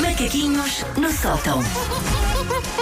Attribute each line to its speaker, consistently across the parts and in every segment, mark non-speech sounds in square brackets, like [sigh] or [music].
Speaker 1: Macaquinhos no sótão.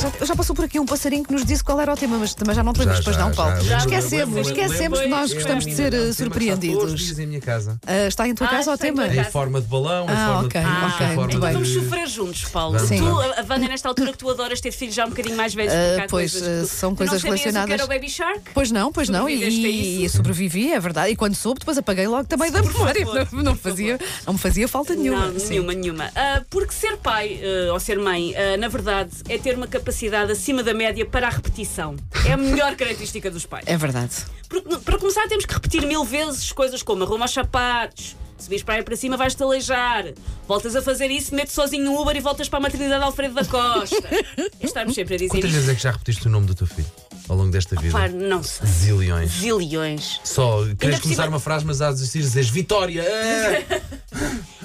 Speaker 2: Já, já passou por aqui um passarinho que nos disse qual era o tema, mas também já não te lembras,
Speaker 3: Já,
Speaker 2: pois
Speaker 3: já,
Speaker 2: não,
Speaker 3: já.
Speaker 2: Paulo?
Speaker 3: Lembro,
Speaker 2: esquecemos,
Speaker 3: lembro,
Speaker 2: esquecemos que
Speaker 4: lembro.
Speaker 2: nós gostamos de ser
Speaker 3: Não,
Speaker 2: eh,
Speaker 3: tem, mas Está todos os
Speaker 2: surpreendidos.
Speaker 3: dias em minha casa. É
Speaker 2: Ah, está em tua
Speaker 4: Ah,
Speaker 2: casa o
Speaker 4: está em
Speaker 2: tema?
Speaker 4: tua
Speaker 3: Em
Speaker 4: Casa.
Speaker 3: forma de balão, em
Speaker 2: Ah,
Speaker 3: forma
Speaker 2: ok,
Speaker 3: de peixe,
Speaker 2: ok,
Speaker 3: em forma
Speaker 2: muito bem.
Speaker 3: de...
Speaker 2: Vamos
Speaker 4: então Vamos sofrer juntos, Paulo.
Speaker 3: Vamos,
Speaker 2: Sim.
Speaker 4: Tu, a a Wanda, nesta altura que tu adoras ter filhos já um bocadinho mais velhos.
Speaker 2: Ah,
Speaker 4: porque há
Speaker 2: pois,
Speaker 4: coisas que
Speaker 2: ah,
Speaker 4: tu-
Speaker 2: são
Speaker 4: tu
Speaker 2: coisas
Speaker 4: não sabias o que
Speaker 2: relacionadas-
Speaker 4: era o Baby Shark?
Speaker 2: Pois não, pois não,
Speaker 4: Sobreviveste a
Speaker 2: e,
Speaker 4: isso.
Speaker 2: e sobrevivi, é verdade. E quando soube, depois apaguei logo também da memória.
Speaker 4: favor,
Speaker 2: Não, não fazia, não me fazia falta nenhuma.
Speaker 4: Não,
Speaker 2: Sim.
Speaker 4: nenhuma, nenhuma. Ah, porque ser pai ah, ou ser mãe, ah, na verdade, é ter uma capacidade acima da média para a repetição. É a melhor [laughs] característica dos pais.
Speaker 2: É verdade.
Speaker 4: Porque, para começar, temos que repetir mil vezes coisas como arruma os sapatos, se vires para aí para cima vais-te aleijar, voltas a fazer isso, metes sozinho um Uber e voltas para a maternidade Alfredo da
Speaker 2: [laughs]
Speaker 4: Costa. É Estarmos sempre a dizer
Speaker 3: Quantas
Speaker 4: isto.
Speaker 3: vezes é que já repetiste o nome do teu filho ao longo desta vida?
Speaker 4: Pá, não sei.
Speaker 3: Zilhões.
Speaker 4: Zilhões.
Speaker 3: Só queres
Speaker 4: por
Speaker 3: começar
Speaker 4: cima-
Speaker 3: uma frase, mas há de desistir e dizes Vitória! ah!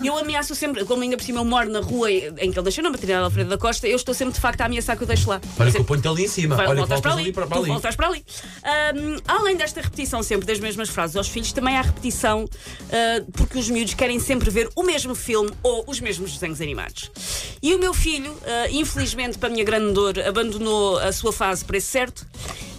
Speaker 4: Eu ameaço sempre, como ainda por cima eu moro na rua em que ele deixou na maternidade Alfredo da Costa, eu estou sempre de facto a ameaçar que eu deixo lá.
Speaker 3: Olha
Speaker 4: Mas
Speaker 3: que eu ponho-te ali em cima.
Speaker 4: Vai,
Speaker 3: Olha que
Speaker 4: voltas
Speaker 3: voltas
Speaker 4: para
Speaker 3: ali
Speaker 4: ali,
Speaker 3: para para
Speaker 4: tu
Speaker 3: ali.
Speaker 4: voltas para ali. Ahm, além desta repetição sempre das mesmas frases aos filhos, também há repetição ah, porque os miúdos querem sempre ver o mesmo filme ou os mesmos desenhos animados. E o meu filho, ah, infelizmente para a minha grande dor, abandonou a sua fase para esse certo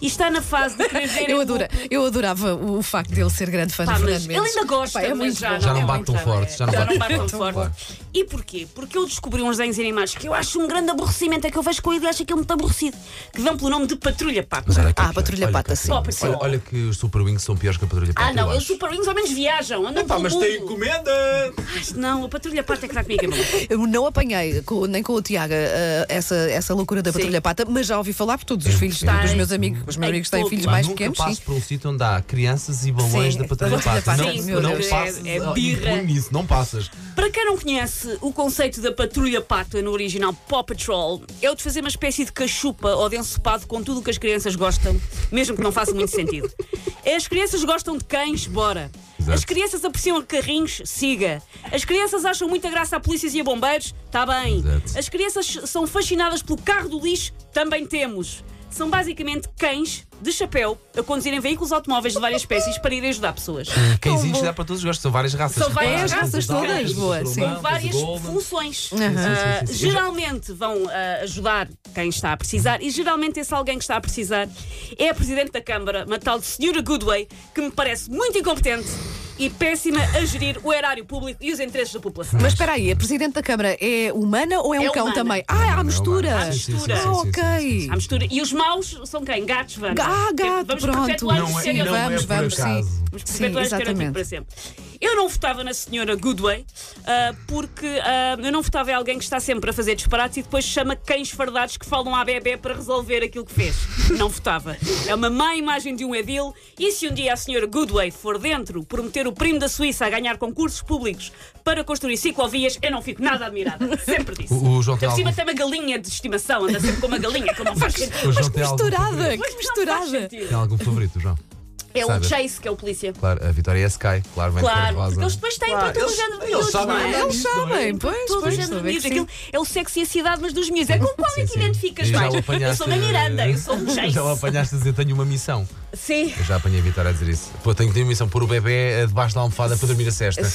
Speaker 4: e está na fase de querer ver. um
Speaker 2: Eu,
Speaker 4: o-
Speaker 2: adora, eu adorava o, o facto dele ser grande fã
Speaker 4: Pá,
Speaker 2: de
Speaker 4: mas
Speaker 2: Fernando
Speaker 4: ele
Speaker 2: Mendes.
Speaker 4: ainda gosta,
Speaker 2: Pá, é
Speaker 4: mas
Speaker 2: muito
Speaker 4: já,
Speaker 2: bom.
Speaker 3: Já não
Speaker 4: é
Speaker 3: bate
Speaker 4: muito
Speaker 3: tão
Speaker 4: bom.
Speaker 3: forte, já não
Speaker 4: já
Speaker 3: bate
Speaker 4: não bate tão
Speaker 3: tão forte.
Speaker 4: forte. E porquê? Porque eu descobri uns desenhos animados que eu acho um grande aborrecimento, é que eu vejo com ele e acho aquilo muito aborrecido, que dão pelo nome de Patrulha Pato.
Speaker 3: Mas olha que
Speaker 2: Ah,
Speaker 3: é pior.
Speaker 2: Patrulha
Speaker 3: Olha
Speaker 2: Pata,
Speaker 3: que é
Speaker 2: sim.
Speaker 3: pior.
Speaker 4: Só para
Speaker 3: Olha,
Speaker 4: cima.
Speaker 3: olha que os Super Wings são piores que a Patrulha Pata.
Speaker 4: Ah, não,
Speaker 3: eu
Speaker 4: eles
Speaker 3: acho.
Speaker 4: super wings ao menos viajam, andam
Speaker 3: Pá,
Speaker 4: pelo
Speaker 3: mas tem
Speaker 4: mundo.
Speaker 3: encomenda!
Speaker 4: Ai, não, a patrulha pata é que está comigo. amigo.
Speaker 2: Eu não apanhei com- nem com o Tiago eh, essa, essa loucura da patrulha pata, mas já ouvi falar por todos os filhos
Speaker 4: sim.
Speaker 2: dos meus amigos. Os meus
Speaker 4: Em
Speaker 2: amigos têm
Speaker 4: todo
Speaker 2: filhos
Speaker 4: lado.
Speaker 2: mais
Speaker 3: nunca
Speaker 2: pequenos.
Speaker 3: passo
Speaker 2: sim.
Speaker 3: por um sítio onde há crianças e balões
Speaker 2: Sim,
Speaker 3: da Patrulha
Speaker 2: balões da
Speaker 3: Pata.
Speaker 2: Pata, sim,
Speaker 3: Não,
Speaker 2: meu
Speaker 3: não
Speaker 2: Deus.
Speaker 3: passas.
Speaker 4: É- é
Speaker 3: ah,
Speaker 4: birra.
Speaker 3: inclui-me isso, não passas.
Speaker 4: Para quem não conhece, o conceito da patrulha pata no original Paw Patrol é o de fazer uma espécie de cachupa ou de ensopado com tudo o que as crianças gostam, mesmo que não faça muito sentido.
Speaker 3: [laughs]
Speaker 4: É, As crianças gostam de cães, bora.
Speaker 3: Exato.
Speaker 4: As crianças apreciam carrinhos, siga. As crianças acham muita graça a polícias e a bombeiros, está bem.
Speaker 3: Exato.
Speaker 4: As crianças são fascinadas pelo carro do lixo, também temos. São basicamente cães de chapéu a conduzirem veículos automóveis de várias espécies para irem ajudar pessoas.
Speaker 3: Queizinhos dá para todos os gostos, são várias raças.
Speaker 4: São várias
Speaker 3: Rapazes,
Speaker 2: raças
Speaker 3: Golden,
Speaker 2: todas,
Speaker 3: Golden,
Speaker 2: boa,
Speaker 3: Golden,
Speaker 2: sim.
Speaker 3: Golden,
Speaker 4: várias
Speaker 3: Golden.
Speaker 4: funções.
Speaker 2: sim,
Speaker 4: Ah,
Speaker 3: sim, sim, sim.
Speaker 4: geralmente vão ah, ajudar quem está a precisar e geralmente esse alguém que está a precisar é a Presidente da Câmara, uma tal de Senhora Goodway, que me parece muito incompetente e péssima a gerir o erário público e os interesses da população.
Speaker 2: Mas espera aí, a Presidente da Câmara é humana ou é um
Speaker 4: É
Speaker 2: cão
Speaker 4: humana.
Speaker 2: também? Ah, há
Speaker 3: Não,
Speaker 2: mistura!
Speaker 3: não, sim, sim,
Speaker 4: mistura.
Speaker 3: sim, sim,
Speaker 2: Ah,
Speaker 3: sim,
Speaker 2: ok.
Speaker 3: sim, sim, sim.
Speaker 4: À mistura. E os maus são quem? Gatos, Vanda.
Speaker 2: Ah, gato,
Speaker 4: Vamos
Speaker 2: pronto.
Speaker 4: perpetuar este
Speaker 3: Não é-
Speaker 4: estereótipo.
Speaker 3: não é
Speaker 2: vamos,
Speaker 3: por
Speaker 2: vamos,
Speaker 3: acaso.
Speaker 2: sim.
Speaker 4: Mas
Speaker 2: Sim,
Speaker 4: perpetuar este estereótipo tipo para
Speaker 2: exatamente.
Speaker 4: sempre. Eu não votava na senhora Goodway ah, porque ah, eu não votava em alguém que está sempre a fazer disparates e depois chama cães fardados que falam à bebê para resolver aquilo que fez. Não votava. É uma má imagem de um edil e se um dia a senhora Goodway for dentro por meter o primo da Suíça a ganhar concursos públicos para construir ciclovias, eu não fico nada admirada. Sempre disse.
Speaker 3: O- o João tem
Speaker 4: Ainda por cima
Speaker 3: algum-
Speaker 4: tem uma galinha de estimação, anda sempre com uma galinha que não faz
Speaker 3: [laughs]
Speaker 4: sentido.
Speaker 3: Mas não
Speaker 2: Que
Speaker 3: tem algum
Speaker 2: misturada,
Speaker 3: favorito?
Speaker 2: que
Speaker 4: Não faz
Speaker 2: misturada!
Speaker 4: sentido.
Speaker 3: Tem algum favorito, João?
Speaker 4: É
Speaker 3: Sabe?
Speaker 4: o Chase, que é o polícia.
Speaker 3: Claro, a vitória é a Sky, claro, vem de cor
Speaker 4: Claro,
Speaker 3: de rosa.
Speaker 4: porque eles depois têm para todo o género de
Speaker 3: eles
Speaker 4: miúdos,
Speaker 3: sabem,
Speaker 4: não é?
Speaker 3: eles
Speaker 2: Eles sabem, pois,
Speaker 4: Todo o
Speaker 2: pois,
Speaker 4: género de
Speaker 2: sabem que
Speaker 4: miúdos.
Speaker 2: sim.
Speaker 4: Aquilo é o sexo e a cidade, mas dos miúdos. É com qual é
Speaker 3: Sim,
Speaker 4: que
Speaker 3: sim.
Speaker 4: identificas
Speaker 3: E já
Speaker 4: mais?
Speaker 3: o
Speaker 4: Eu
Speaker 3: apanhaste- eh,
Speaker 4: sou uma Miranda, eu sou um
Speaker 3: [laughs]
Speaker 4: Chase.
Speaker 3: Já o apanhaste a dizer tenho uma missão.
Speaker 4: Sim.
Speaker 3: Eu já apanhei a Vitória a dizer isso. Pô, tenho que ter uma missão pôr o bebê eh, debaixo da almofada para dormir a cesta.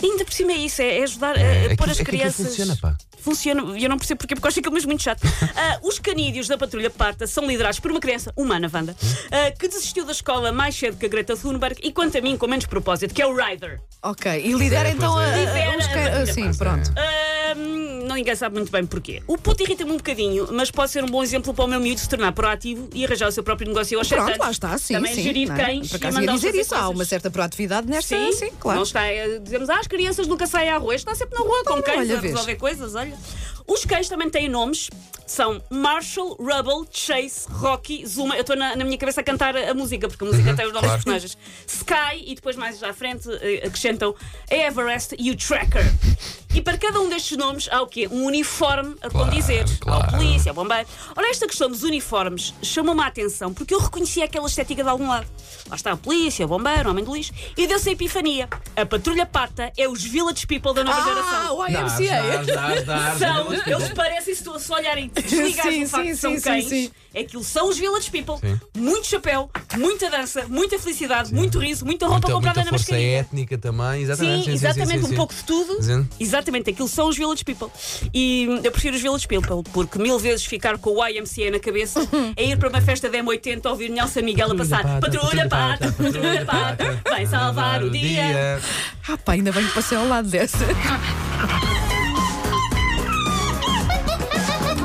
Speaker 4: E ainda por cima é isso, é é ajudar a-
Speaker 3: É,
Speaker 4: a
Speaker 3: aquilo-
Speaker 4: pôr as
Speaker 3: é que aquilo
Speaker 4: crianças.
Speaker 3: funciona, pá.
Speaker 4: Funciona, e eu não percebo porque, porque eu acho aquilo mesmo
Speaker 3: [laughs]
Speaker 4: muito chato. Ah, os canídeos da Patrulha Pata são liderados por uma criança humana, Wanda,
Speaker 3: Hum?
Speaker 4: ah, que desistiu da escola mais cedo que a Greta Thunberg e, quanto a mim, com menos propósito, que é o Ryder.
Speaker 2: Ok, e lidera
Speaker 3: é,
Speaker 2: então a.
Speaker 4: eh,
Speaker 3: pois é.
Speaker 2: a- os
Speaker 4: Lidera
Speaker 2: cães-
Speaker 4: a-
Speaker 2: Sim,
Speaker 3: Pois é.
Speaker 2: pronto.
Speaker 4: Ahm, não ninguém sabe muito bem porquê. O puto irrita-me um bocadinho, mas pode ser um bom exemplo para o meu miúdo se tornar proativo e arranjar o seu próprio negócio aos sete
Speaker 2: Pronto,
Speaker 4: anos.
Speaker 2: lá está, sim,
Speaker 4: é Também
Speaker 2: sim.
Speaker 4: gerir
Speaker 2: não é?
Speaker 4: cães
Speaker 2: Por
Speaker 4: e
Speaker 2: acaso ia
Speaker 4: mandar
Speaker 2: dizer isso, há uma certa proatividade nesta.
Speaker 4: Sim,
Speaker 2: sim claro.
Speaker 4: Não está, eh, dizemos, ah, as crianças nunca saem à rua. Está sempre na rua com
Speaker 2: Olha,
Speaker 4: cães
Speaker 2: olha,
Speaker 4: a
Speaker 2: vês.
Speaker 4: resolver coisas, olha. Os cães também têm nomes. São Marshall, Rubble, Chase, Rocky, Zuma. Eu estou na, na minha cabeça a cantar a música, porque a música tem os nomes
Speaker 3: claro.
Speaker 4: dos personagens. Sky e depois mais à frente eh, acrescentam a Everest e o Tracker. E para cada um destes nomes há o quê? Um uniforme a
Speaker 3: Claro,
Speaker 4: condizer.
Speaker 3: claro.
Speaker 4: Há o polícia, ao bombeiro. é Ora, esta questão dos uniformes chamou-me a atenção porque eu reconhecia aquela estética de algum lado. Lá está a polícia, o bombeiro, o homem do lixo. E deu-se a epifania. A patrulha pata é os village people da nova
Speaker 2: Ah,
Speaker 4: geração.
Speaker 2: o
Speaker 3: Dás,
Speaker 2: IMCA!
Speaker 3: dás, dás, dás,
Speaker 4: São,
Speaker 3: dás. [laughs]
Speaker 4: eles parecem, se tu se olharem, desligares
Speaker 2: Sim,
Speaker 4: o facto
Speaker 2: sim,
Speaker 4: que são
Speaker 2: sim, sim,
Speaker 4: cães
Speaker 2: sim.
Speaker 4: Aquilo são os Village People.
Speaker 3: Sim.
Speaker 4: Muito chapéu, muita dança, muita felicidade, muito riso, muita roupa
Speaker 3: Muita,
Speaker 4: comprada
Speaker 3: muita
Speaker 4: na
Speaker 3: força
Speaker 4: mascarinha.
Speaker 3: étnica também, exatamente.
Speaker 4: Sim, exatamente, um
Speaker 3: sim,
Speaker 4: pouco de tudo.
Speaker 3: Sim.
Speaker 4: Exatamente, aquilo são os Village People. E hum, eu prefiro os Village People, porque mil vezes ficar com o YMCA na [laughs] cabeça é ir para uma festa de M80 ouvir Nelson Miguel a passar Patrulha Pata, Patrulha Pata, vai salvar o dia.
Speaker 2: Ah, pá, ainda bem que passei ao lado dessa.